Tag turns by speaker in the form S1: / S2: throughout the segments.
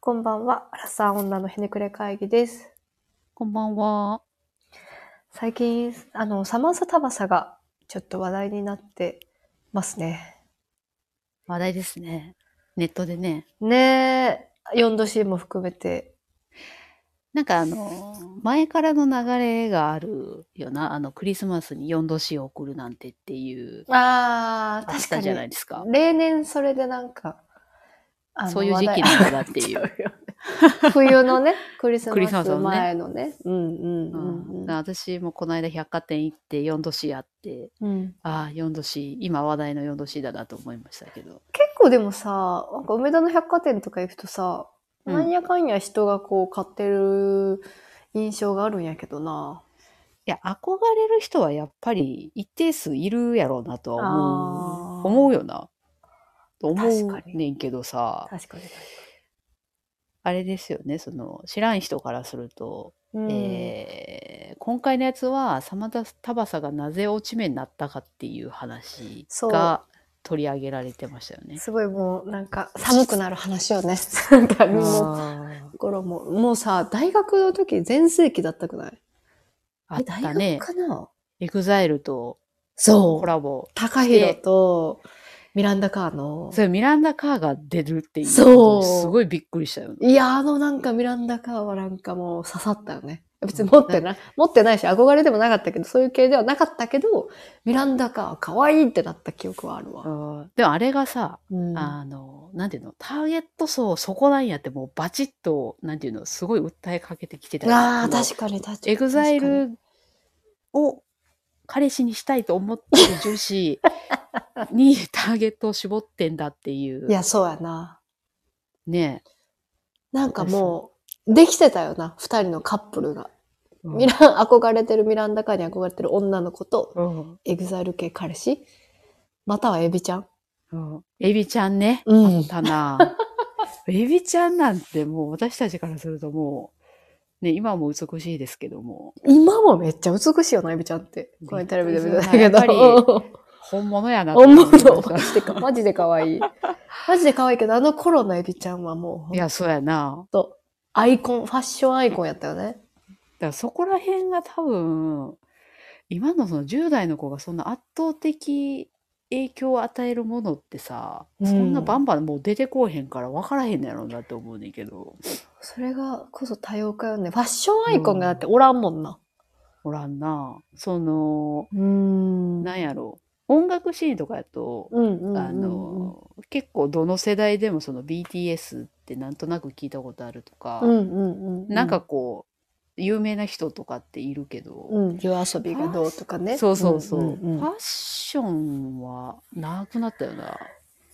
S1: こんばんは、アラサー女のひねくれ会議です。
S2: こんばんは。
S1: 最近、あの、サマンサタバサがちょっと話題になってますね。
S2: 話題ですね。ネットでね。
S1: ねえ、4度 C も含めて。
S2: なんかあの、前からの流れがあるよな。あの、クリスマスに4度 C を送るなんてっていう、
S1: あ
S2: あったじゃないですか。
S1: 例年それでなんか、あの
S2: そういう時
S1: 話
S2: 期
S1: 題
S2: なんだっ ていう。
S1: 冬のね、クリス
S2: クリス
S1: マ
S2: マス
S1: ス
S2: のね
S1: 前のね。うんうんう
S2: う
S1: ん
S2: ん、
S1: うん。
S2: 私もこの間百貨店行って4度 C あって、
S1: うん
S2: ああ、4度 C、今話題の4度 C だなと思いましたけど。
S1: 結構でもさ、なんか梅田の百貨店とか行くとさ、
S2: うん
S1: なんやかんや人がこう買ってる印象があるんやけどな。
S2: いや、憧れる人はやっぱり一定数いるやろうなとは
S1: あー
S2: 思う。思うよな。と思
S1: 確
S2: う
S1: かに
S2: ねんけどさ。
S1: 確かに
S2: あれですよね、その知らん人からすると、
S1: 確かに。
S2: えー今回のやつは、サマダ・タバサがなぜ落ち目になったかっていう話が取り上げられてましたよ
S1: うん
S2: ね。
S1: すごいもうなんか寒くなる話よね。 なんかもう
S2: あー
S1: 頃も、もうさ、大学の時全盛期だったくない
S2: あったね
S1: え大。学かな
S2: エグザイルと
S1: そ
S2: コ
S1: う。
S2: ラボ。
S1: 高弘とミランダカーの
S2: そ。れミランダ・カーが出るっていう。
S1: そう
S2: すごいびっくりしたよね。
S1: いや、あのなんかミランダカーはなんかもう刺さったよね。別に持ってない、持ってないし憧れでもなかったけど、そういう系ではなかったけど、ミランダカー可愛いってなった記憶はある
S2: あ
S1: わ。
S2: ーでもあれがさ、
S1: うん
S2: あの、なんていうの、ターゲット層そこなんやって、もうバチッと、なんていうの、すごい訴えかけてきてたよね
S1: あ
S2: あ
S1: ー
S2: の
S1: 確かに確かに。
S2: エグザイ
S1: 確かに
S2: ルを彼氏にしたいと思ってる女子にターゲットを絞ってんだっていう。
S1: いや、そうやな。
S2: ね
S1: なんかもう、できてたよな、二人のカップルが。
S2: え。
S1: ミラン、憧れてるミランダカーに憧れてる女の子と、
S2: うん
S1: エグザイル系彼氏、またはエビちゃん。
S2: うんエビちゃんね。
S1: うん
S2: あったな。エビちゃんなんてもう私たちからするともう、ね、今も美しいですけども、
S1: 今もめっちゃ美しいよな、エビちゃんって。このテレビで見てたけど。
S2: びっくりするなやっ本物やなと
S1: 思
S2: 思
S1: う
S2: いま
S1: の。
S2: した
S1: マジでか、 マジで可愛い。マジで可愛いけど、あの頃のエビちゃんはもう、
S2: いや、そうやな。
S1: アイコン、ファッションアイコンやったよね。
S2: だからそこら辺が多分今のその10代の子がそんな圧倒的影響を与えるものってさ、
S1: うん
S2: そんなバンバンもう出てこうへんから分からへんのやろうなって思うねんけど
S1: それがこそ多様化よね。ファッションアイコンがだっておらんもんな。
S2: おらんなその
S1: うん
S2: なんやろ音楽シーンとかやと、
S1: うんうんうんうん。
S2: あの結構どの世代でもその BTS ってなんとなく聞いたことあるとか、
S1: うんうんうん。
S2: なんか、こう有名な人とかっているけど、
S1: うん、夜遊びがどうとかね。
S2: そうそうそう,、
S1: んんん
S2: ファッションはなくなったよな。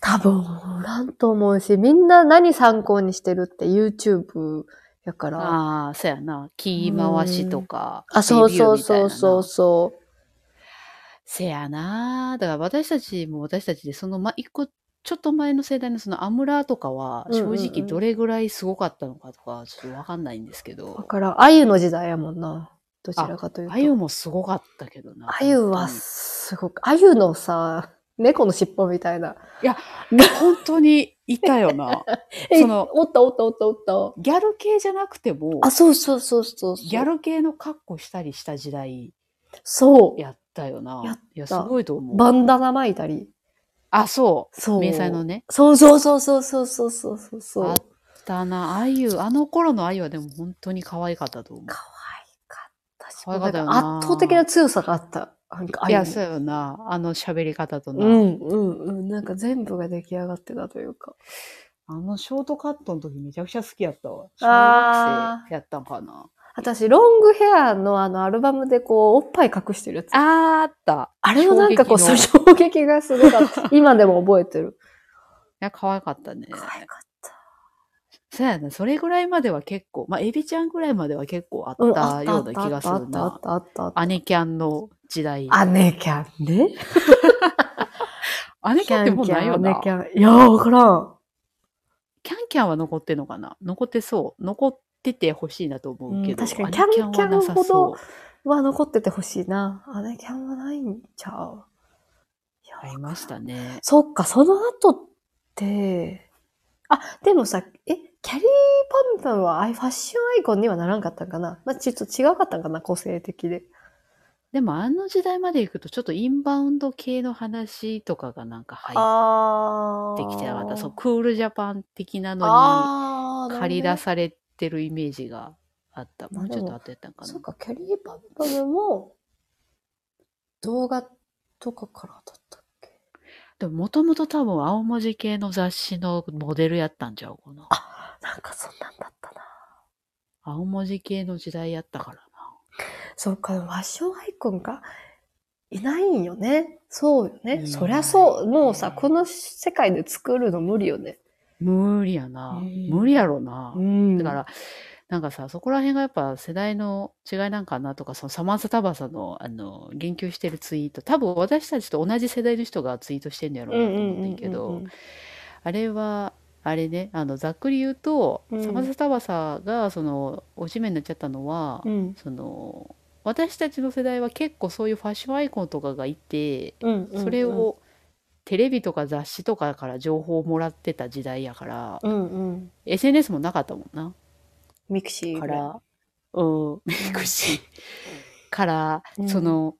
S1: 多分、おらんと思うし、みんな何参考にしてるって YouTube やから。あ
S2: ああ、そうやな。キー回しとか。
S1: そうそう
S2: レビューみたい
S1: そ
S2: な
S1: う
S2: な
S1: そうそう。
S2: せやな。だから私たちも私たちで、その、ま、一個、ちょっと前の世代のそのアムラーとかは、
S1: うんうん
S2: 正
S1: うん
S2: 直どれぐらいすごかったのかとか、ちょっとわかんないんですけ
S1: だ
S2: ど、
S1: から、あゆの時代やもんな。どちらかというと。
S2: あゆもすごかったけどな。
S1: あゆはすごく、あゆのさ、 猫の尻尾みたいな。
S2: 本当にいたよ な。
S1: え、
S2: その
S1: おったおったおったおった。
S2: ギャル系じゃなくても、
S1: あ、そうそうそうそうそう。
S2: ギャル系の格好したりした時代
S1: そう。
S2: やったよな。
S1: やった
S2: いや、すごいと思う。
S1: バンダナ巻いたり。
S2: あ、そ。
S1: そうう。
S2: 迷彩の。ね。
S1: そうそうそうそうそうそうそうそう。
S2: あったな。あゆ、あの頃のあゆはでも本当に可愛かったと思う。
S1: 可愛かったし。
S2: 可愛かったよ
S1: なん
S2: な
S1: 圧倒的な強さがあった。なんかあ
S2: い
S1: ゆの
S2: や、そうよな。あの喋り方とな、
S1: うんうんうん。なんか全部が出来上がってたというか。
S2: あのショートカットの時めちゃくちゃ好きやったわ。小
S1: あー
S2: 学生やったんかな。
S1: 私、ロングヘアのあのアルバムでこう、おっぱい隠してるやつ。あ
S2: あーあった。
S1: れをなんかこう、
S2: 衝
S1: そう
S2: 撃
S1: 衝撃がすごか った。今でも覚えてる。
S2: いや、可愛かったね。
S1: 可愛かっ
S2: そうやな。それぐらいまでは結構、まあ、エビちゃんぐらいまでは結構あ
S1: た。うん、
S2: ったよ
S1: あ
S2: う
S1: っ
S2: な
S1: た
S2: 気
S1: あ
S2: が
S1: っ
S2: す
S1: たあ
S2: る
S1: ったあっ
S2: な。
S1: たあったあった。
S2: アネキャンの時代。
S1: アネキャンね。
S2: アネキャンってもう
S1: キャ
S2: な
S1: ン
S2: い
S1: キャンア
S2: よな
S1: ネ。キャン。いやー、わからん。
S2: キャンキャンは残ってんのかな残ってそう。残っててほしいなと思うけど。
S1: うん確かに
S2: アネは
S1: キャンキャン
S2: なさ
S1: ほど
S2: そう
S1: は残っててほしいな。アネキャンはないんちゃう。いや
S2: ありましたね。
S1: そっか、その後って、あ、でもさ、え、キャリーパンパンはあいファッションアイコンにはならんかったんかなまあ、ちょっと違うかったんかな個性的で。
S2: でもあの時代まで行くとちょっとインバウンド系の話とかがなんか入
S1: あ
S2: ってきてなかったそうクールジャパン的なの
S1: あ
S2: に
S1: ー
S2: 借り出
S1: なる
S2: されてるイメージがあった
S1: まあ
S2: もうちょっ
S1: で
S2: と
S1: も
S2: 後やったん
S1: ほ
S2: か
S1: どね
S2: な
S1: そうか、キャリーパンパムも動画とかからだったっけ
S2: でももともと多分青文字系の雑誌のモデルやったんちゃうかな
S1: なんかそんなんだったな。
S2: 青文字系の時代やったからな
S1: そうか、ファッションアイコンがいないんよね。そうよ
S2: いな
S1: ね。
S2: い
S1: そりゃそう。もうさ、この世界で作るの無理よね。
S2: 無理やな、
S1: うん
S2: 無理やろな、
S1: ん
S2: だから、なんかさ、そこら辺がやっぱ世代の違いなんかなとか、そのサマンサタバサの、あの、言及してるツイート、多分私たちと同じ世代の人がツイートしてんのやろ
S1: う
S2: うんな
S1: う
S2: と
S1: ん
S2: 思
S1: う
S2: っ
S1: ん
S2: て
S1: うんん
S2: けど、あれは、あれね、あの、ざっくり言うと、
S1: うん
S2: サマンサタバサが、その、おしめになっちゃったのは、
S1: うん
S2: その、私たちの世代は結構そういうファッションアイコンとかがいて、
S1: うんうん
S2: それをテレビとか雑誌とかから情報をもらってた時代やから、
S1: うんうん。
S2: SNS もなかったもんな。
S1: ミクシー
S2: か
S1: ぐらい
S2: ら、うん、 メイクし、から、
S1: うん
S2: その、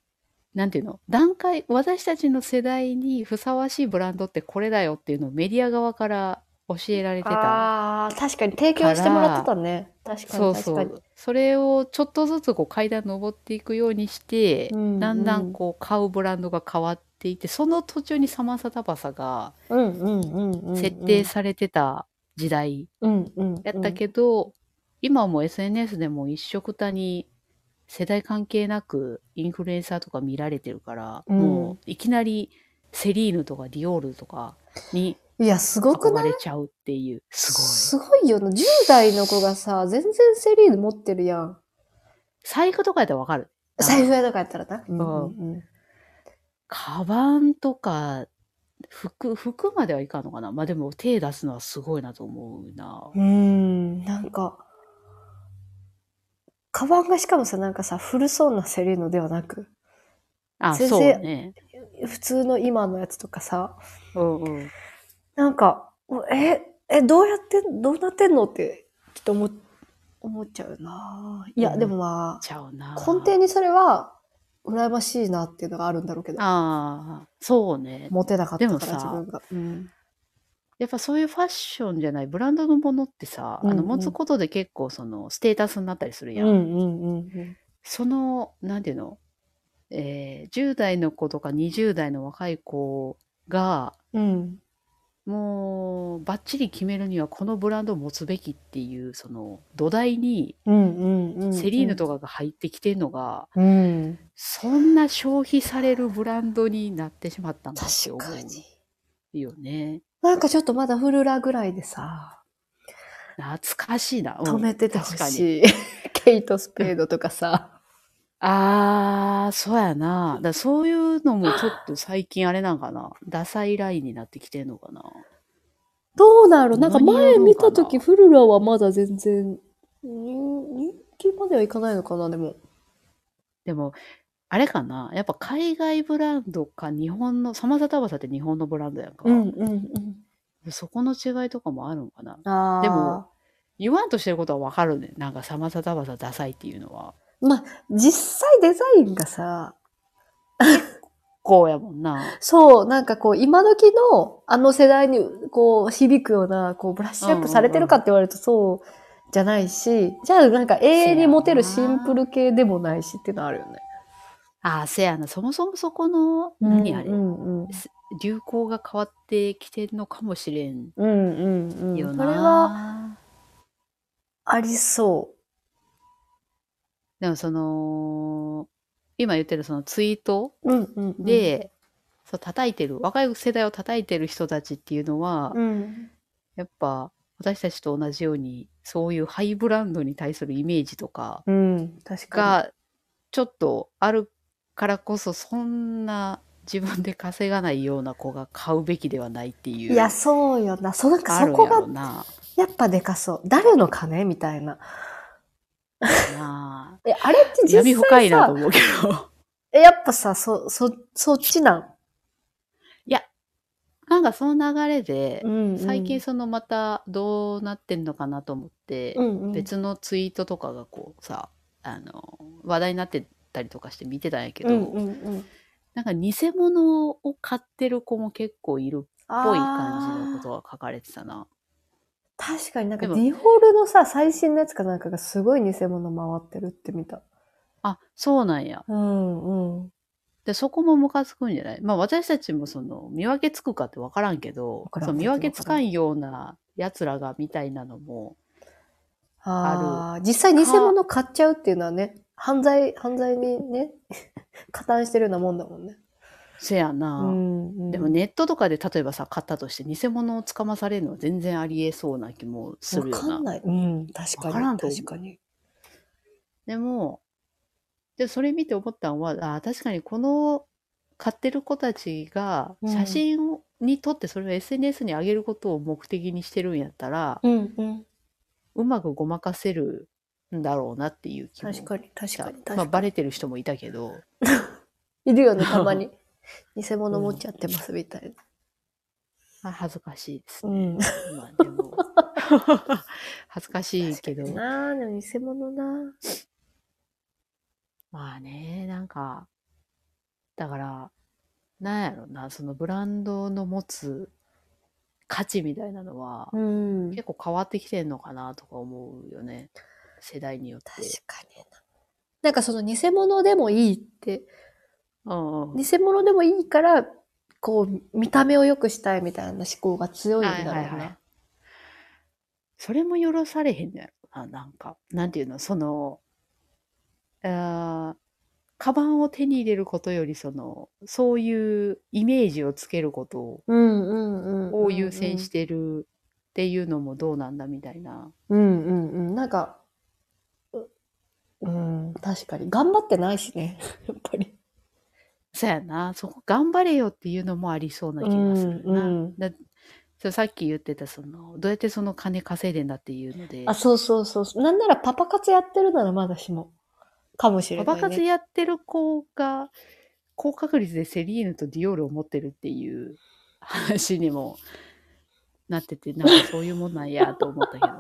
S2: なんていうの、段階、私たちの世代にふさわしいブランドってこれだよっていうのをメディア側から教えられてた。
S1: ああ、確かに提供してもらってたね。確か
S2: そ
S1: に
S2: う
S1: 確
S2: そ
S1: かに。
S2: う。それをちょっとずつこう階段登っていくようにして、
S1: うんうん
S2: だんだんこう買うブランドが変わっていて、その途中にサマンサタバサが
S1: うんうんうんうんうん。
S2: 設定されてた時代
S1: うんうんうん
S2: やったけど、今はもう SNS でも一色たに世代関係なくインフルエンサーとか見られてるから、
S1: うん
S2: もういきなりセリーヌとかディオールとかに
S1: いや、すごく
S2: 憧
S1: ない
S2: れちゃうっていう。すごい。
S1: すごいよな。10代の子がさ、全然セリーヌ持ってるやん。
S2: 財布とかやったらわかる。
S1: 財布屋とかやったらな。うんんうん
S2: カバンとか、服、服まではいかんのかな。まあでも手出すのはすごいなと思うな。
S1: うーん、なんか、カバンがしかもさ、なんかさ、古そうなセリーヌではなく、
S2: あ、
S1: 先生
S2: そうね。
S1: 普通の今のやつとかさ、
S2: うんうん。
S1: なんか、おえ、え、どうやって、どうなってんのって、ちょっと思っ、思っちゃうなぁいや、
S2: うん
S1: でもま
S2: ちゃうな
S1: あ、。根底にそれは、羨ましいなっていうのがあるんだろうけど、
S2: ああ、そうね。
S1: モテなかった
S2: で
S1: か
S2: も
S1: ら、
S2: さ
S1: 自分が。うん。
S2: やっぱそういうファッションじゃないブランドのものってさ、
S1: うんう
S2: あ
S1: ん
S2: の持つことで結構そのステータスになったりする
S1: う
S2: や
S1: ん
S2: ん。
S1: うんうんうん。
S2: そのなんていうの、えー、10代の子とか20代の若い子が
S1: うん。
S2: もうバッチリ決めるにはこのブランドを持つべきっていうその土台に
S1: うんうんうんうん。
S2: セリーヌとかが入ってきてんのが、
S1: うん。
S2: そんな消費されるブランドになってしまったんだって
S1: 確
S2: 思
S1: かに。
S2: うよね。
S1: なんかちょっとまだフルラぐらいでさ、
S2: 懐かしいな。うん
S1: 止めててほ
S2: 確かに
S1: しい。 ケイト・スペードとかさ。
S2: ああ、そうやな。だからそういうのもちょっと最近あれなんかな。ダサいラインになってきてんのかな。
S1: どうなるなんか
S2: 間に合うの
S1: 前
S2: かな
S1: 見たとき、フルラはまだ全然、人人気まではいかないのかな、でも。
S2: でも、あれかな。やっぱ海外ブランドか日本の、サマサタバサって日本のブランドやんか。
S1: うん
S2: そこの違いとかもあるのかな。
S1: うん。ああ。
S2: でも、言わんとしてることはわかるね。なんかサマサタバサダサいっていうのは。
S1: 実際デザインがさ、
S2: こうやもんな。
S1: そう、なんかこう、今時のあの世代にこう、響くような、こう、ブラッシュアップされてるかって言われるとそうじゃないし、じゃあなんか永遠にモテるシンプル系でもないしっていうのはあるよね。
S2: ああ、せやな。そもそもそこの、何あれ、
S1: うんうんうん
S2: 流行が変わってきてるのかもしれん
S1: うんうんう
S2: よ
S1: ん。
S2: な。
S1: これはありそ
S2: でもその、今言ってるそのツイート
S1: う。うんうん、
S2: で、そう叩いてる、若い世代を叩いてる人たちっていうのは、
S1: うん、
S2: やっぱ私たちと同じように、そういうハイブランドに対するイメージとか
S1: うん、確か
S2: が、ちょっとあるからこそ、そんな自分で稼がないような子が買うべきではないってい
S1: に。
S2: う。
S1: いや、そうよな。そなんか
S2: あ
S1: そ
S2: るんや
S1: こ
S2: ろ
S1: が
S2: うな。
S1: やっぱでかそう。誰の金みたいな。
S2: なあ
S1: え、あれって 実際
S2: 闇深
S1: さ、
S2: いなと思うけど。
S1: えやっぱさ、そ、そ、そっちなん。
S2: いや、なんかその流れで
S1: う、んうん
S2: 最近そのまたどうなってんのかなと思って、
S1: うんうん
S2: 別のツイートとかがこうさあの話題になってたりとかして見てたんやけど、
S1: うんうんうん
S2: なんか偽物を買ってる子も結構いるっぽい感じのこと
S1: あー
S2: が書かれてたな。
S1: 確かになんか
S2: でも
S1: ディフォールのさ、最新のやつかなんかがすごい偽物回ってるって見た。
S2: あそうなんや。
S1: うんうん。
S2: でそこもムカつくんじゃないまあ私たちもその見分けつくかって分からんけど
S1: わからん
S2: そう見分けつか
S1: わから
S2: んようなやつらがみたいなのも
S1: ああ、実際偽物買っちゃうっていうのはね、犯罪、犯罪にね、 加担してるようなもんだもんね。
S2: せやな。
S1: うんうん、
S2: でも、ネットとかで例えばさ買ったとして偽物をつかまされるのは全然ありえそうな気もす
S1: わ
S2: るよ
S1: かん
S2: な。
S1: ない。うん、確
S2: わ
S1: か
S2: からん
S1: に。
S2: と思う
S1: 確かに。
S2: でもでそれ見て思ったのはあー確かにこの買ってる子たちが
S1: うん
S2: 写真を、に撮ってそれを SNS に上げることを目的にしてるんやったら
S1: うんうん。
S2: うまくごまかせるんだろうなっていう気も
S1: 確かに、確
S2: した
S1: かに。確か
S2: まあ、
S1: に
S2: バレてる人もいたけど
S1: いるよ ね、たまに。偽物持っちゃってますみたい
S2: あ恥ずかしいです
S1: な。
S2: ね。
S1: ん。
S2: まあでも 恥ずかしいけど。
S1: なあ、でも偽物な。
S2: まあね、なんか、だから、なんやろな、そのブランドの持つ価値みたいなのは、
S1: うん。
S2: 結構変わってきてんのかなとか思うよね。世代によって
S1: 確。かにな。なんかその偽物でもいいって、
S2: うんうん。
S1: 偽物でもいいから、こう、見た目を良くしたいみたいな思考が強いんだ
S2: はい
S1: ろうな。
S2: はいはい。それも許されへんのやろな、なんか。なんていうの、その、あーカバンを手に入れることより、その、そういうイメージをつけることを
S1: うんうんうんうん。
S2: を優先してるっていうのもどうなんだみたいな。
S1: うんうんうん。なんか、ううん、確かに。頑張ってないしね。 やっぱり。
S2: そうやな。そこ頑張れよっていうのもありそうな気がするな。
S1: うんうん
S2: だそうさっき言ってたそのどうやってその金稼いでんだっていうので
S1: あ、そうそうそうそう。なんならパパ活やってるならまだしも。かもしれ
S2: パ
S1: ない、
S2: パ
S1: ね。
S2: 活やってる子が高確率でセリーヌとディオールを持ってるっていう話にもなっててなんかそういうもんなんやと思ったけど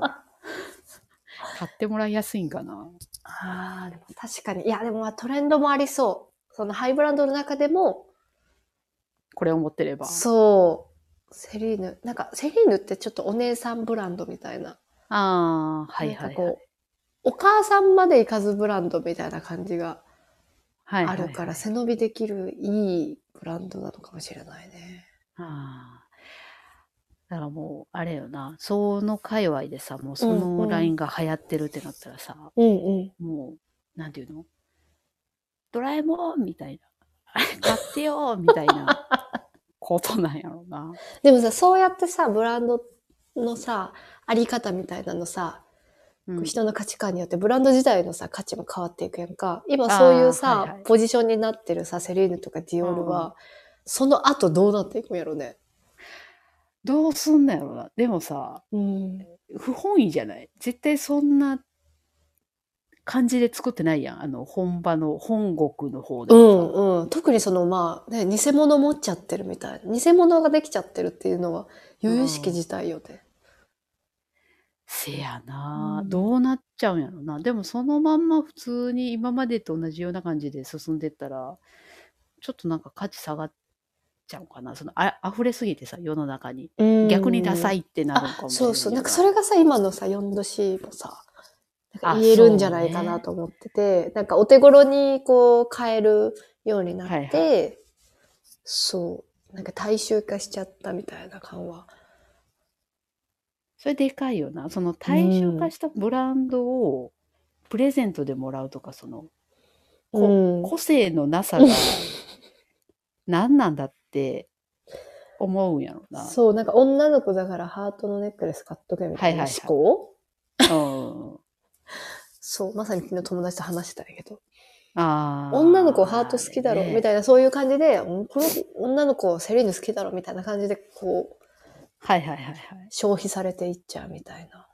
S2: 買ってもらいやすいんかな。
S1: ああ、でも確かに。いや、でもまあトレンドもありそう。そのハイブランドの中でも、
S2: これを持ってれば。
S1: そう。セリーヌ。なんか、セリーヌってちょっとお姉さんブランドみたいな。
S2: ああ、はい
S1: な
S2: は
S1: んか
S2: いはい
S1: こ。う、お母さんまで行かずブランドみたいな感じが
S2: はいは
S1: あ
S2: いはい
S1: るから、背伸びできるいいブランドなのかもしれないね。
S2: ああ。だからもう、あれよな、その界隈でさ、もうそ
S1: うんう
S2: の
S1: ん
S2: ラインが流行ってるってなったらさ、
S1: うんうん。
S2: もう、なんていうのドラえもんみたいな。 あれ買ってよみたいなことなんやろな。
S1: でもさ、そうやってさ、ブランドのさ、あり方みたいなのさ、
S2: うん、
S1: 人の価値観によってブランド自体のさ価値も変わっていくやんか今そういうさ、
S2: あーはいはい
S1: ポジションになってるさセリーヌとかディオールは、
S2: う
S1: その後どうなっていくんやろね。
S2: どうすんのやろな。でもさ、
S1: うん、
S2: 不本意じゃない絶対そんな感じで作ってないやん。あの、本場の、本国の方で
S1: う
S2: もさ。
S1: んうん特にそのまあね偽物持っちゃってるみたいな偽物ができちゃってるっていうのは由々しき事態よね。
S2: せやな、
S1: うん
S2: どうなっちゃうんやろなでもそのまんま普通に今までと同じような感じで進んでったらちょっとなんか価値下がっちゃうかなそのあ溢れすぎてさ世の中に
S1: うん
S2: 逆にダサいってなるか
S1: あ
S2: も
S1: そ
S2: しれないう
S1: そうなんかそ
S2: それ
S1: れがさ今のさ 4°C もさなんか
S2: あ
S1: 言えるんじゃないか
S2: そう
S1: な
S2: ね
S1: と思ってて、なんかお手頃にこう変えるようになって、
S2: は
S1: そうなんか大衆化しちゃったみたいな感は
S2: でかいよなその大衆化したブランドをプレゼントでもらうとかそのこ
S1: うん
S2: 個性のな さが何なんだって思うんやろな。
S1: そうなんか女の子だからハートのネックレス買っとけみたいな
S2: は
S1: 思
S2: いはいはい
S1: 考、
S2: うん
S1: そうまさに昨日友達と話してたんやけど
S2: あー
S1: 女の子ハート好きだろ
S2: あれね
S1: みたいなそういう感じでうんこの子女の子セリーヌ好きだろみたいな感じでこう
S2: はいはいはいはい。
S1: 消費されていっちゃうみたいな。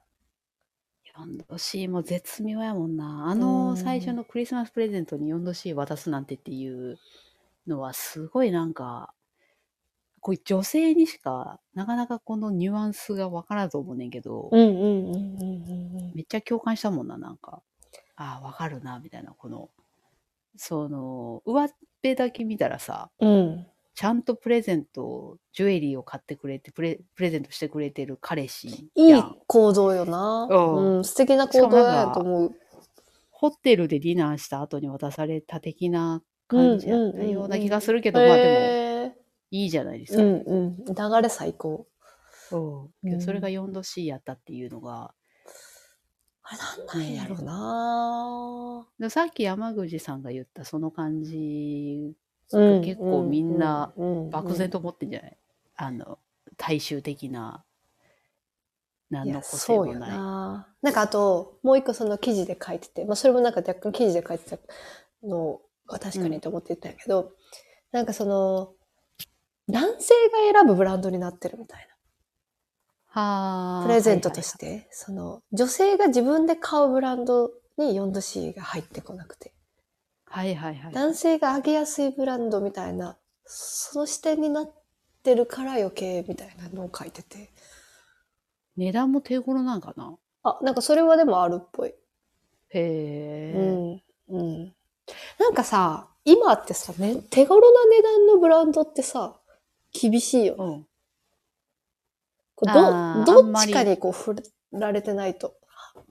S2: 4度 C も絶妙やもんな。あ
S1: う
S2: の
S1: ん
S2: 最初のクリスマスプレゼントに4度 C 渡すなんてっていうのはすごいなんか、こう女性にしかなかなかこのニュアンスがわからんと思うねんけど、
S1: うんうんうんうんうんうん。
S2: めっちゃ共感したもんな、なんか。ああ、わかるな、みたいな、この、その、上っぺだけ見たらさ、
S1: うん。
S2: ちゃんとプレゼント、ジュエリーを買ってくれて、プレプレゼントしてくれてる彼氏
S1: い
S2: や
S1: い
S2: ん。
S1: 行動よな。
S2: うん
S1: うん。素敵な行動やと思う。
S2: ホテルでディナーした後に渡された的な感じやったような気がするけど、まあでも、
S1: へ
S2: いいじゃないです
S1: ーう
S2: か。
S1: んうん。流れ最高。
S2: そう
S1: うん
S2: それが 4°C やったっていうのが、
S1: あれなんなんやろうな。
S2: でさっき山口さんが言ったその感じ、
S1: うん
S2: 結構みんな、
S1: うん
S2: 漠然と思ってんじゃない、あの、大衆的な、
S1: い
S2: 何
S1: や
S2: の個性
S1: そう
S2: も
S1: よ
S2: ない。
S1: な。なんかあと、もう一個その記事で書いてて、まあそれもなんか若干記事で書いてたのが確かにと思ってたんやけど、なんかその、男性が選ぶブランドになってるみたい
S2: は
S1: な。
S2: あ
S1: プレゼントとして、その、女性が自分で買うブランドに 4°C が入ってこなくて、
S2: はいはいはい。
S1: 男性が上げやすいブランドみたいな、その視点になってるから余計みたいなのを書いてて。
S2: 値段も手頃なんかな
S1: あ、なんかそれはでもあるっぽい。
S2: へえ、
S1: うんうんなんかさ、今ってさ、ね、手頃な値段のブランドってさ、厳しいよね。
S2: うん
S1: こ
S2: あ
S1: う
S2: ー
S1: ど
S2: あん
S1: どっ
S2: ま
S1: ち
S2: り
S1: かにこう振られてないと、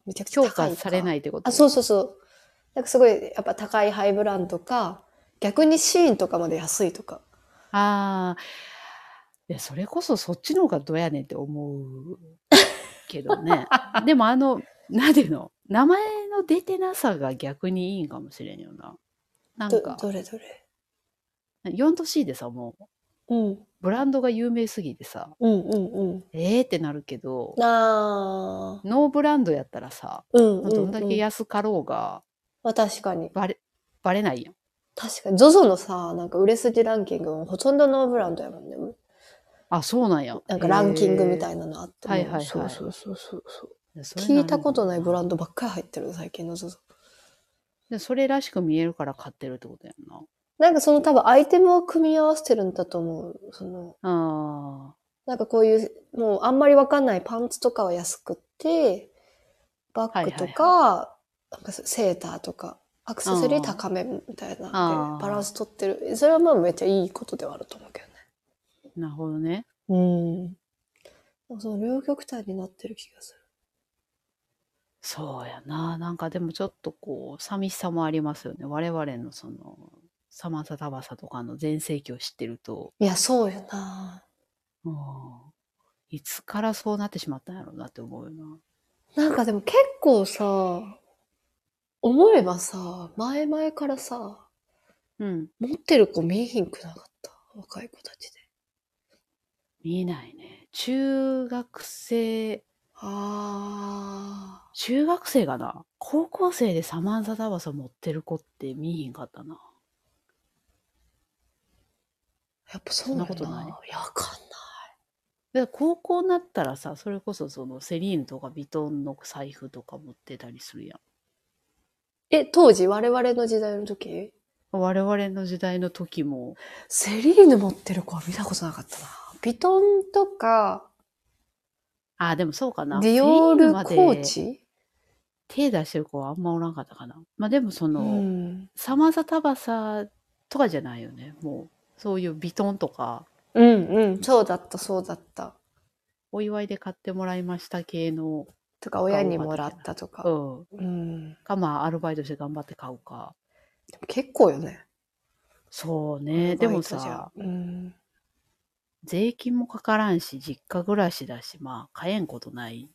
S1: めちゃくちゃ
S2: 評
S1: 高いと
S2: 価
S1: か。
S2: されないってこと。
S1: あ、そううそうそう。なんかすごい、やっぱ高いハイブランドか、逆にシーンとかまで安いとか。
S2: ああ。いや、それこそそっちの方がどうやねんって思うけ どね。でもあの、なんていうの名前の出てなさが逆にいいんかもしれんよな。なん
S1: ど
S2: か、
S1: どれどれ。
S2: 4都 C でさ、もう、
S1: うん、
S2: ブランドが有名すぎてさ、
S1: うん、うん、
S2: えーってなるけど
S1: うん。、あー。
S2: ノーブランドやったらさ、
S1: うん、うん、うん。
S2: どんだけ安かろうが、
S1: まあ確かに。
S2: バレ、バレないやん。
S1: 確かに。ZOZO のさ、なんか売れ筋ランキングもほとんどノーブランドやもんね。
S2: あ、そうなんや。
S1: なんかランキングみた
S2: い
S1: いなのあって、
S2: はいはいはい
S1: そうそうそうそうそう。
S2: な。それ
S1: 聞いたことないブ
S2: ン
S1: ランドばっかり入ってる、最近の ZOZO。
S2: でそれらしく見えるから買ってるってことやんな。
S1: なんかその多分アイテムを組み合わせてるんだと思う。その、
S2: あ
S1: なんかこういう、もうあんまりわかんないパンツとかは安くって、バッグとか、なんかセーターとか、アクセサリー高めみたいな
S2: あ
S1: ん
S2: ー
S1: で、バランス取ってる。それはまあめっちゃいいことではあると思うけどね。
S2: あ、なるほどね。
S1: うん。その両極端になってる気がする。
S2: そうやな。なんかでもちょっとこう、寂しさもありますよね。我々のその、サマンサタバサとかの全盛期を知ってると、
S1: いや、そうよな
S2: うんいつからそうなってしまったんやろうなって思うよな。
S1: なんかでも結構さ、思えばさ、前々からさ、
S2: うん。
S1: 持ってる子見えひんくなかった。若い子たちで。
S2: 見ないね。中学生、
S1: あ
S2: 中学生かな高校生でサマンサタバサ持ってる子って見えへんかったな。
S1: ー。やっぱそうなんや
S2: そんなことない
S1: いや、わかんない。
S2: で高校になったらさ、それこそそのセリーヌとかヴィトンの財布とか持ってたりするやん。
S1: え、当時、我々の時代の時
S2: 我々の時代の時も、
S1: セリーヌ持ってる子は見たことなかったな。ビトンとか、
S2: あ、でもそうかな。
S1: ディオール
S2: セリ
S1: コ
S2: まで
S1: ーチ
S2: 手出してる子はあんまおらんかったかな。まあでもそうの、
S1: ん。
S2: サマサタバサとかじゃないよね。もう、そういうヴィトンとか、
S1: うんうん。そうだった、そうだった。
S2: お祝いで買ってもらいました系の、
S1: とか、親にもらったとか。
S2: うん。
S1: うん。で
S2: か、まあ、アルバイトして頑張って買うか。
S1: も結構よね。
S2: そうね。でも
S1: バイトじゃ、
S2: さ
S1: うん。
S2: 税金もかからんし、実家暮らしだし、まあ、買えんことない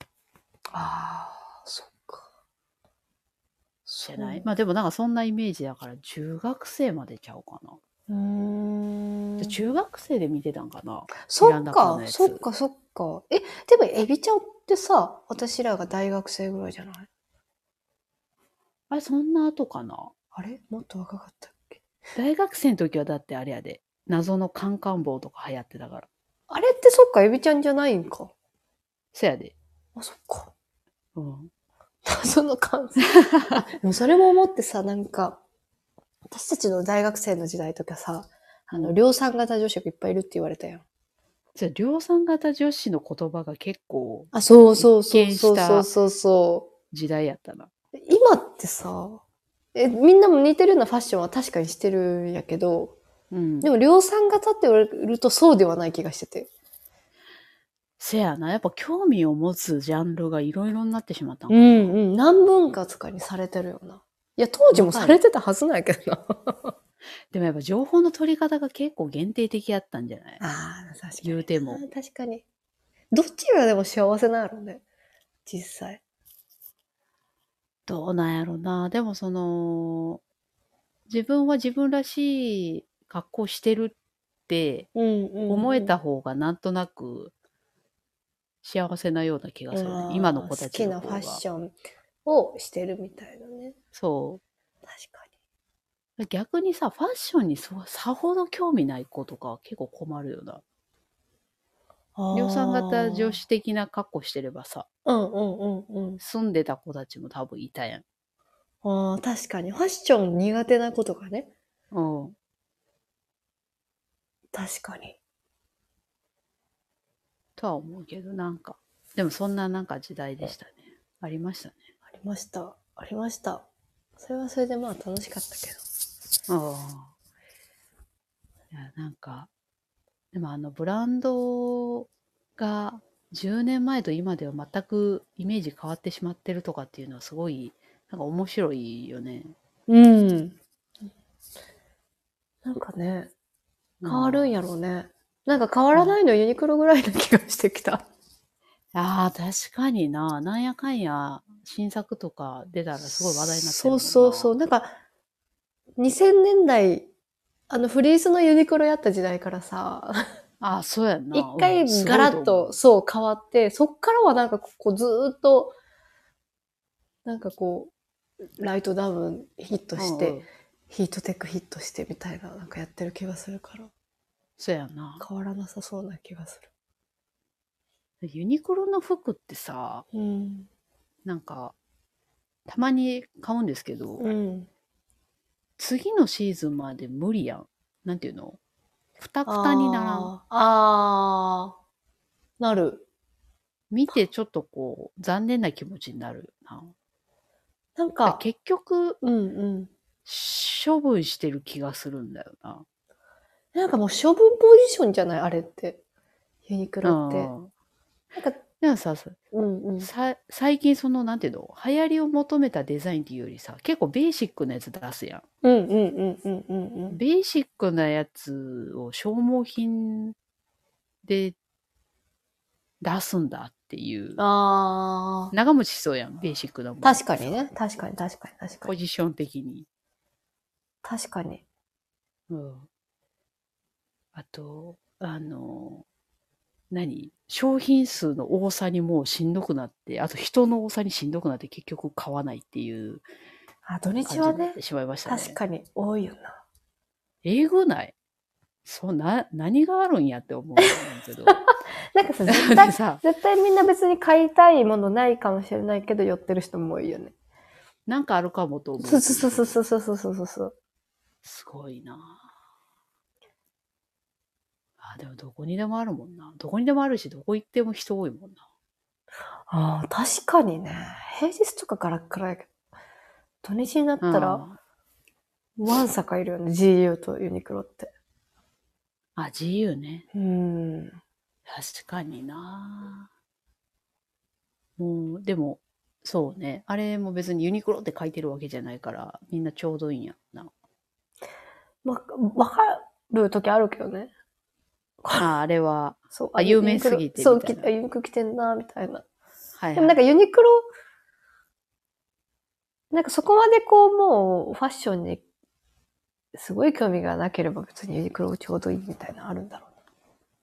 S1: ああ、そっか。
S2: じ
S1: じ
S2: ゃない、まあでもなんかそんなイメージだから、中学生までちゃうかな。
S1: うーん
S2: じゃあ。中学生で見てたんかな。
S1: そ
S2: ベラン
S1: っ
S2: ダから
S1: か
S2: の、やつ
S1: そっか、そっか。え、でもエビちゃんってさ、私らが大学生ぐらいじゃない
S2: あれ、そんな後かな。
S1: あれもっと若かったっけ
S2: 大学生の時はだってあれやで、謎のカンカン棒とか流行ってたから。
S1: あれってそっか、エビちゃんじゃないんか。
S2: そやで。
S1: あ、そっか。
S2: うん。
S1: その感 じ。でもそれも思ってさ、なんか、私たちの大学生の時代とかさ、あの、量産型女子がいっぱいいるって言われたやん。
S2: じゃあ量産型女子の言葉が結構
S1: あ、そうそうそう
S2: 一見
S1: そう
S2: した
S1: そうそうそ
S2: 時代やったな。
S1: う。今ってさ、え、みんなも似てるようなファッションは確かにしてるんやけど、
S2: うん
S1: でも量産型って言われるとそうではない気がしてて。
S2: せやな、やっぱ興味を持つジャンルがいろいろになってしまったんか
S1: んうん。何分割かにされてるよな。いや、当時もされてたはずなんやけどな。
S2: でもやっぱ情報の取り方が結構限定的やったんじゃない
S1: ああ、確
S2: 言うても。
S1: 確かに。どっちがでも幸せなんやろうね。実際。
S2: どうなんやろな。でもその、自分は自分らしい格好してるって
S1: うんうん、
S2: 思えた方がなんとなく幸せなような気がするね、
S1: うん
S2: 今の子たち
S1: 好
S2: の
S1: き
S2: 方
S1: な
S2: が。
S1: ファッションをしてるみたいなね。
S2: そ
S1: 確か
S2: う。逆にさ、ファッションにそさほど興味ない子とかは結構困るよな。
S1: に。
S2: 量産型女。子的な格好してればさ、
S1: うんうんうんうん。
S2: 住んでた子たちも多分いたやん。
S1: ああ、確かに。ファッション苦手な子とかね。
S2: うん。
S1: 確かに。
S2: とは思うけど、なんか。でもそんななんか時代でしたね。ありましたね。
S1: ありました。ありました。それはそれでまあ楽しかったけど。
S2: ああ。いや、なんか、でもあの、ブランドが10年前と今では全くイメージ変わってしまってるとかっていうのはすごい、なんか面白いよね。
S1: うん。なんかね、変わるん
S2: や。
S1: やろうね。なんか変わらないのユニクロぐらいな気がしてきた。
S2: ああ、確かにな。なんやかんや、新作とか出たらすごい話題になってる。
S1: そうそうそうう。なんか、2000年代、あのフリースのユニクロやった時代からさ、
S2: ああ、そうやんな。
S1: 一回
S2: うんすごい
S1: ガラッ
S2: と思
S1: とそう変わって、そっからはなんかこうずーっと、なんかこう、ライトダウンヒット
S2: う
S1: して、
S2: うんうん
S1: ヒートテックヒットしてみたいな、なんかやってる気がするから、
S2: そうやな。
S1: 変わらなさそうな気がする。
S2: ユニクロの服ってさ、
S1: うん。
S2: なんか、たまに買うんですけど、
S1: うん。
S2: 次のシーズンまで無理やん。なんていうのくたくたにならん。
S1: あーあー、なる。
S2: 見てちょっとこう、残念な気持ちになるな。
S1: なん
S2: だから
S1: か、
S2: 結局、
S1: うんうん。
S2: 処分してる気がするんだよな。
S1: なんかもう処分ポジションじゃないあれって。ユニクロって。
S2: うん
S1: なんか、
S2: でもささ
S1: うんうん。
S2: さ最近その、なんていうの流行りを求めたデザインっていうよりさ、結構ベーシックなやつ出すやん。
S1: うんうんうんうんうんうん。
S2: ベーシックなやつを消耗品で出すんだっていう。
S1: ああ。
S2: 長持ちしそうやん、ベーシックなもん。
S1: 確かにね。確かに確かに確か
S2: ポ
S1: に。
S2: ジション的に。
S1: 確かに。
S2: うん。あと、あの、何商品数の多さにもうしんどくなって、あと人の多さにしんどくなって結局買わないっていう
S1: あ、土
S2: 感
S1: 日
S2: じに
S1: は
S2: なっ
S1: ね
S2: て、しまいましたね。
S1: 確かに多いよな。
S2: 英語内そうな、何があるんやって思うんだ けど。
S1: なん かさ、絶
S2: で
S1: 対、
S2: さ、
S1: 絶対みんな別に買いたいものないかもしれないけど、寄ってる人も多いよね。
S2: なんかあるかもと思
S1: そう
S2: う。
S1: そうそうそうそうそうそうそうそう。
S2: すごいなあ、でもどこにでもあるもんな。どこにでもあるし、どこ行っても人多いもんな。
S1: ああ、確かにね。平日とかガラッガラやけど、土日になった
S2: う
S1: ら、
S2: ん
S1: ワンサかいるよね。GU とユニクロって。
S2: あ、自由ね。
S1: うん。
S2: 確かになもう、でも、そうね。あれも別にユニクロって書いてるわけじゃないから、みんなちょうどいいんやろな。
S1: ま、わかる時あるけどね。
S2: あ、あれは、
S1: そう。
S2: あ有名すぎて
S1: ユニクロそう、
S2: みたい
S1: き
S2: な
S1: あユニクロ着てんな、みたいな。
S2: はい、
S1: でもなん
S2: か、
S1: かユニクロ、なんかそこまでこう、もう、ファッションに、すごい興味がなければ別にユニクロちょうどいいみたいなのあるんだろう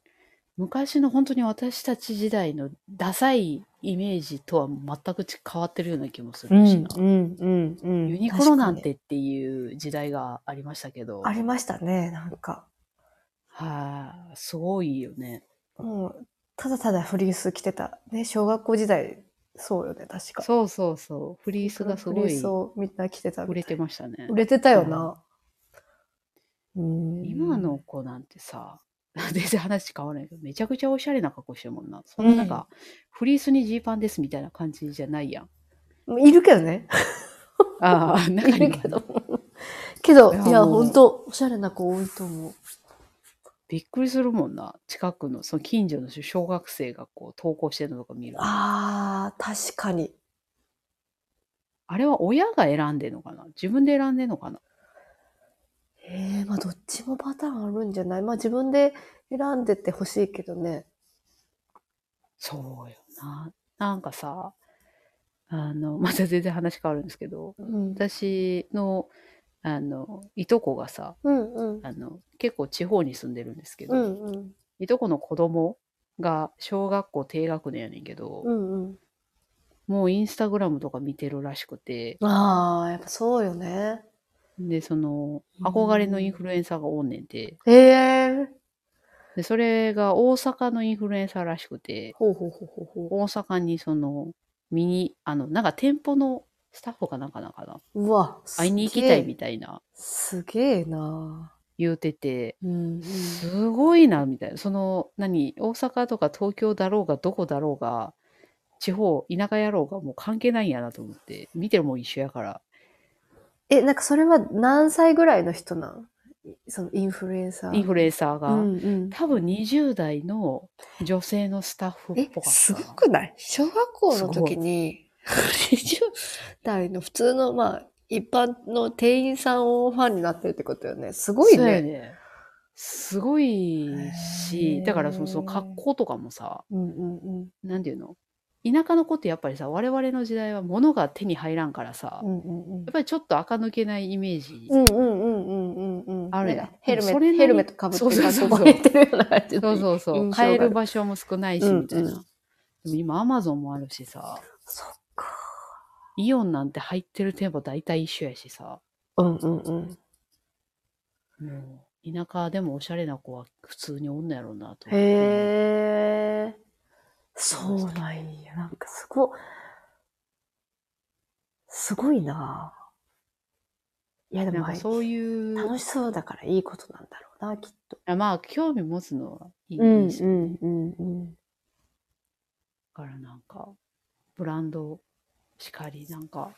S1: ね。
S2: 昔の本当に私たち時代のダサいイメージとは全くち変わってるような気もするしな。
S1: ん、うん、うん
S2: ユニクロなんてっていう時代がありましたけど、
S1: ありましたね、なんか。
S2: はい、すごいよね。
S1: もう、ただただフリース着てた。ね、小学校時代、そうよね、確か。
S2: そうそうそう。フリースがすご
S1: フリ
S2: い
S1: ースをみんな着てたみたい
S2: 売れてましたね。
S1: 売れてたよな。うん
S2: 今の子なんてさ、 全然話変わらないけど、めちゃくちゃおしゃれな格好してるもんな。そんななんか、フリースにジーパンですみたいな感じじゃないやん。
S1: いるけどね。
S2: ああ、
S1: い
S2: 中に
S1: る
S2: は
S1: けど。けど、
S2: い
S1: い
S2: や
S1: や、
S2: も
S1: ほ
S2: う
S1: んと、おしゃれな子多いと思う。
S2: びっくりするもんな。近くの、その近所の小学生がこう投稿してるのとか見る。あ
S1: あー、確かに。
S2: れは親が選んでるのかな自分で選んでるのかな
S1: えー、まあ、どっちもパターンあるんじゃないまあ、自分で選んでってほしいけどね。
S2: そうよな。なんかさ、あの、 また全然話変わるんですけど、
S1: うん。
S2: 私の、あの、いとこがさ、
S1: うんうん。
S2: あの、結構地方に住んでるんですけど、
S1: うんうん。
S2: いとこの子供が小学校低学年やねんけど、
S1: うんうん。
S2: もうインスタグラムとか見てるらしくて、
S1: あー、やっぱそうよね。
S2: で、その、
S1: うん
S2: 憧れのインフルエンサーがおんねんて、
S1: えー。
S2: で、それが大阪のインフルエンサーらしくて、
S1: ほうほうほうほうほ
S2: 大阪にその、ミニ、あの、なんか店舗のスタッフかなんかなんかな、
S1: う。うわ、
S2: 会いに行きたいみ
S1: たい。
S2: たいな
S1: すげえな
S2: 言うてて、
S1: うん、
S2: すごいな、みたいな。その、何、大阪とか東京だろうが、どこだろうが、地方、田舎やろうが、もう関係ないんやなと思って、見てるもん一緒やから。
S1: え、なんかそれは何歳ぐらいの人なんそのインフルエンサー。
S2: インフルエンサーが、
S1: うんうん、
S2: 多分20代の女性のスタッフっ
S1: え
S2: ぽ、かったな。
S1: すごくない小学校の時に、20代の普通の、まあ、一般の店員さんをファンになってるってことよね。すごい
S2: そう
S1: ね。
S2: やね。すごい
S1: へ
S2: し、
S1: ー
S2: だからそのその格好とかもさ、
S1: うんうんうん。
S2: なんていうの田舎の子ってやっぱりさ、我々の時代は物が手に入らんからさ、
S1: う
S2: や
S1: んうんうん
S2: っぱりちょっと垢抜けないイメージ。
S1: うんうんうんうんうんうん。
S2: あるやん
S1: なんかヘルメ
S2: それ
S1: ッ
S2: なり
S1: ト、ヘルメットかぶって
S2: そうそうそうそう
S1: 学校に行ってるような感じ
S2: そうそうそう。
S1: 印象があ
S2: 買
S1: る
S2: える場所も少ないし、みたいな。
S1: うんうん
S2: でも今、アマゾンもあるしさ、
S1: そっか。
S2: イオンなんて入ってる店舗大体一緒やしさ、
S1: うんうんうん。
S2: もう田舎でもおしゃれな子は普通におんのやろうなと思って。
S1: へえ。そうなんや。なんかすご、すごいなあいやで
S2: なん
S1: も
S2: か、そういう、
S1: 楽しそうだからいいことなんだろうな、きっと。
S2: あまあ、興味持つのはいいですよね。
S1: んうんうん。
S2: だからなんか、ブランドしかり、なんか、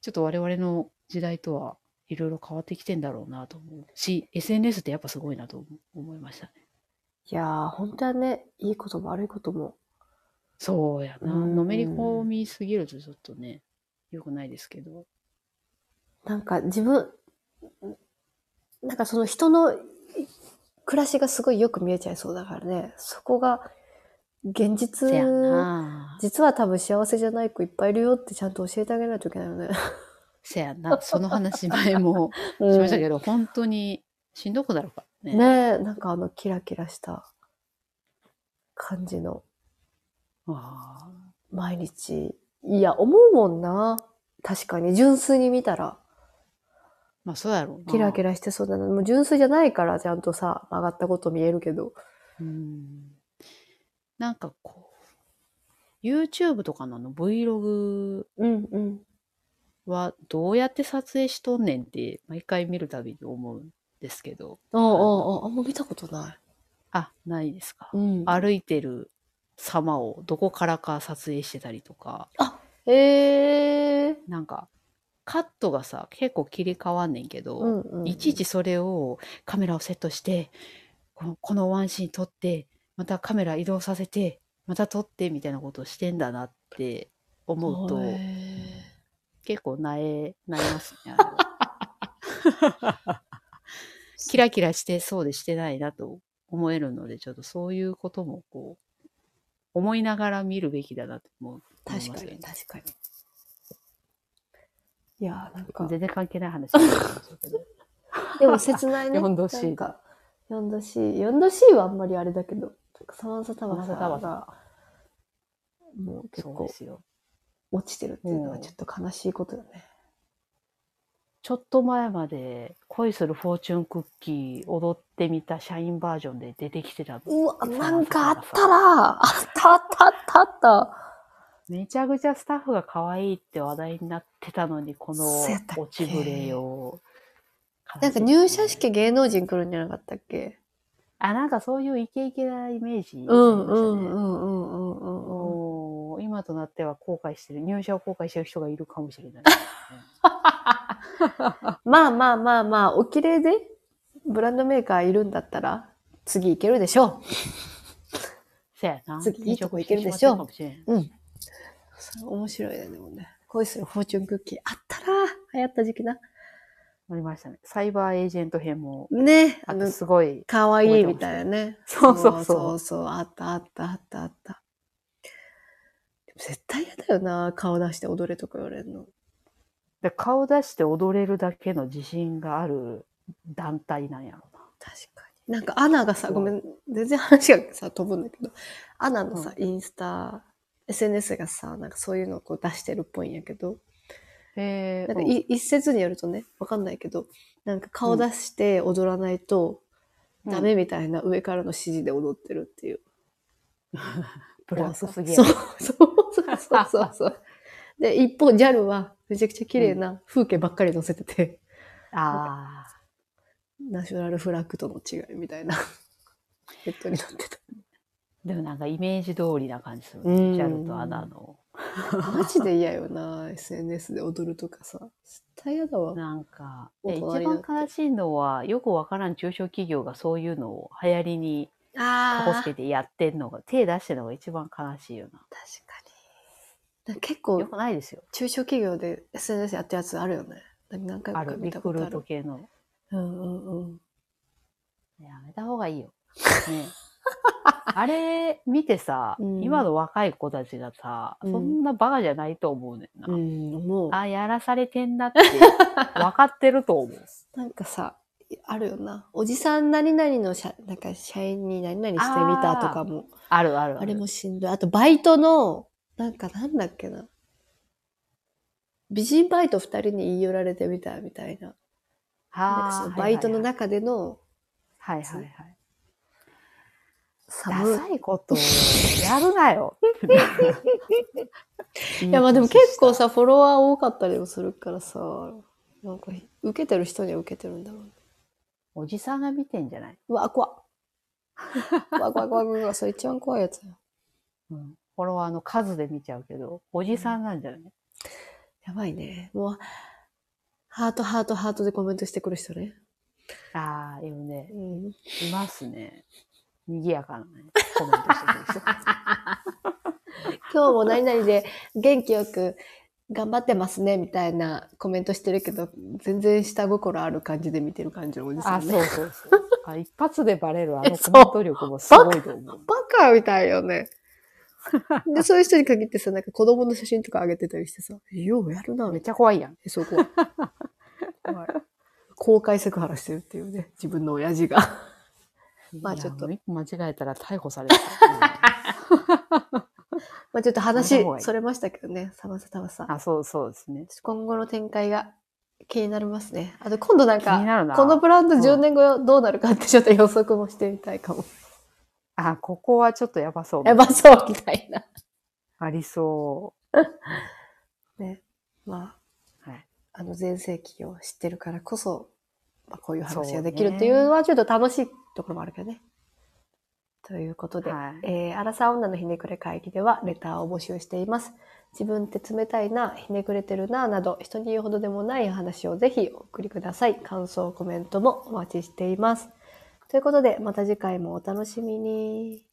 S2: ちょっと我々の時代とはいろいろ変わってきてんだろうなと思うし、SNS ってやっぱすごいなと思思いましたね。
S1: いやー、本当はね、いいことも悪いことも。
S2: そうやな。
S1: うん
S2: のめり込みすぎるとちょっとね、良くないですけど。
S1: なんか自分、なんかその人の暮らしがすごいよく見えちゃいそうだからね、そこが現実
S2: せやな。
S1: 実は多分幸せじゃない子いっぱいいるよってちゃんと教えてあげないといけないよね。
S2: せやな。その話前もし ましたけど、本当にしんどくなるからね。
S1: ねえ、なんかあのキラキラした感じの
S2: ああ
S1: 毎日。いや、思うもんな。確かに、純粋に見たら、
S2: まあそうやろうな。
S1: キラキラしてそうだな。もう純粋じゃないから、ちゃんとさ、曲がったこと見えるけど。
S2: うんなんかこう、YouTube とかのあの Vlog
S1: うんうん。
S2: はどうやって撮影しとんねんって毎回見るたびに思うんですけど、
S1: ああ、ああ、あんま見たことな
S2: あ、ないですか
S1: い。。うんある。
S2: 歩いてる様をどこからか撮影してたりとか、
S1: へえ。
S2: なんかカットがさ、結構切り替わんねんけど、
S1: うんうん。
S2: いちいちそれをカメラをセットして、このこのワンシーン撮って、またカメラ移動させて、また撮ってみたいなことをしてんだなって思うと、
S1: へ
S2: 結構なえ、なえますね。あれは キラキラしてそうでしてないなと思えるので、ちょっとそういうこともこう、思いながら見るべきだなと思う。
S1: え。確か
S2: 思い
S1: に、
S2: ま
S1: 確かに。いやー、なんか。
S2: 全然関係ない話になっちゃいましたけど
S1: でも切ないね。
S2: 4度
S1: な
S2: C
S1: んか、4度 C。4度 C はあんまりあれだけど、サマンサタバサ
S2: サマンサタ
S1: が、もう 結
S2: そうで
S1: 構
S2: すよ。
S1: 落ちてるっていうのはちょっと悲しいことだね。
S2: ちょっと前まで恋するフォーチュンクッキー踊ってみた社員バージョンで出てきてたの
S1: うわ、
S2: ん
S1: なんかあったなあったあったあったあった。
S2: めちゃくちゃスタッフが可愛いって話題になってたのに、この
S1: そうやったっけ
S2: 落ちぶれよ。
S1: なんか入社式芸能人来るんじゃなかったっけ
S2: あ、なんかそういうイケイケなイメージ、ね。
S1: うんうんうんうんうんうんうん。
S2: おー今となっては後悔してる、入社を後悔してる人がいるかもし れない、
S1: まあまあまあまあ、お綺麗でブランドメーカーいるんだったら、次いけるでしょ
S2: せやな。
S1: 次いいとこ行けるでしょ
S2: 転職してしまってるかもしれ
S1: う。う
S2: ん
S1: ん。それ面白いね、でもね。恋するフォーチュンクッキー。あったな。流行った時期な。
S2: ありましたね。サイバーエージェント編も、
S1: ね。あ
S2: あと
S1: の、
S2: すごい。
S1: かわいいみたいなね。
S2: そうそ
S1: そ
S2: うそうう。
S1: そう。あったあったあったあった。でも絶対嫌だよな。顔出して踊れとか言われるの。
S2: で顔出して踊れるだけの自信がある団体なんやろうな。
S1: 確かに。なんかアナがさ、
S2: そう
S1: ごめん、全然話がさ、飛ぶんだけど、アナのさ、インスタ、SNS がさ、なんかそういうのをこう出してるっぽいんやけど、
S2: え
S1: なんかい一説によるとね、わかんないけど、なんか顔出して踊らないとダメみたいな上からの指示で踊ってるっていう。
S2: ブラックすぎ
S1: そ
S2: や
S1: う。そうそうそうそうそう。で、一方、JAL はめちゃくちゃ綺麗な風景ばっかり載せてて、
S2: ああ。
S1: ナショナルフラッグとの違いみたいな、 ヘッドになってた。
S2: でもなんかイメージ通りな感じする。
S1: うん
S2: ジャルとアナの。
S1: マジで嫌よな SNS で踊るとかさ絶対嫌だわ
S2: なんか、
S1: 大
S2: で一
S1: 人になって
S2: 番悲しいのは、よくわからん中小企業がそういうのを流行りにかこつ
S1: あ
S2: けてやってんのが、手出してるのが一番悲しいよな。
S1: 確かに結
S2: よ
S1: 構
S2: くないですよ。
S1: 中小企業で SNS やってるやつあるよね何回
S2: あ
S1: か
S2: る、
S1: 見
S2: リ
S1: た
S2: ク
S1: こ
S2: ル
S1: とあ
S2: ート
S1: る
S2: 系の。
S1: うんうんうん
S2: やめた方が いいよ。ね、あれ見てさ、
S1: うん
S2: 今の若い子たちがさ、
S1: うん
S2: そんなバカじゃないと思うねんな。
S1: うん思う
S2: あ、やらされてん だって、分かってると思う。
S1: なんかさあるよなおじさん何々の社なんか社員に何々してみたとかも
S2: あるある
S1: あ
S2: あ
S1: れ
S2: る。
S1: もしんどいあとバイトのなんかなんだっけな美人バイト2人に言い寄られてみたみたいななんかそ
S2: は
S1: のバイトの
S2: 中。
S1: 中での
S2: はいはいはい。
S1: 寒
S2: ダ
S1: い
S2: サいことをやるなよ。
S1: いやまあでも結構さ、フォロワー多かったりもするからさ、なんか、受けてる人には受けてるんだろうね。
S2: おじさんが見てんじゃない、
S1: うわ、怖 っ。怖い怖い怖い怖い怖い。それ一番怖いやつや。
S2: うん、フォロワーの数で見ちゃうけど、おじさんなんじゃない、
S1: やばいね。もう、ハートハートハートでコメントしてくる人ね。
S2: ああ、いるね
S1: う。ん。
S2: いますね。賑やかなね。コメントしてく る人。
S1: 今日も何々で元気よく頑張ってますね、みたいなコメントしてるけど、全然下心ある感じで見てる感じのおじさ
S2: あ、
S1: ん
S2: そ
S1: ね。
S2: うそうそう。 あ一発でバレるあの
S1: そ
S2: コ
S1: う
S2: メント力もすごいと思う。
S1: バカみたいよ ね。で、そういう人に限ってさ、なんか子供の写真とか上げてたりしてさ、ようやるな、みたいな
S2: めっちゃ怖いやん。
S1: え、そう、怖い。 怖い公開セクハラしてるっていうね、自分の親父が。まあ
S2: いや
S1: ちょっと
S2: もう一歩間違えたら逮捕される。
S1: まあちょっと
S2: そん
S1: 話
S2: な方が、いい
S1: それましたけどね、サバサタバさん
S2: うん。あ、そうそうですね。
S1: 今後の展開が気になりますね。あと今度なん
S2: 気に
S1: か、
S2: なるな。
S1: このブランド
S2: うん
S1: 10年後どうなるかってちょっと予測もしてみたいかも。
S2: あ、ここはちょっと やばそう。
S1: やばそうみたいな。
S2: ありそ
S1: ね。ま
S2: う。はい。
S1: あ、あの前世紀を知ってるからこそ、まあ、こういう話
S2: そ
S1: が
S2: う
S1: で
S2: ね
S1: きるっていうのはちょっと楽しいところもあるけどね。ということで、
S2: はい。
S1: えー、アラサー女のひねくれ会議ではレターを募集しています。自分って冷たいな、ひねくれてるな、など、人に言うほどでもないお話をぜひお送りください。感想、コメントもお待ちしています。ということで、また次回もお楽しみに。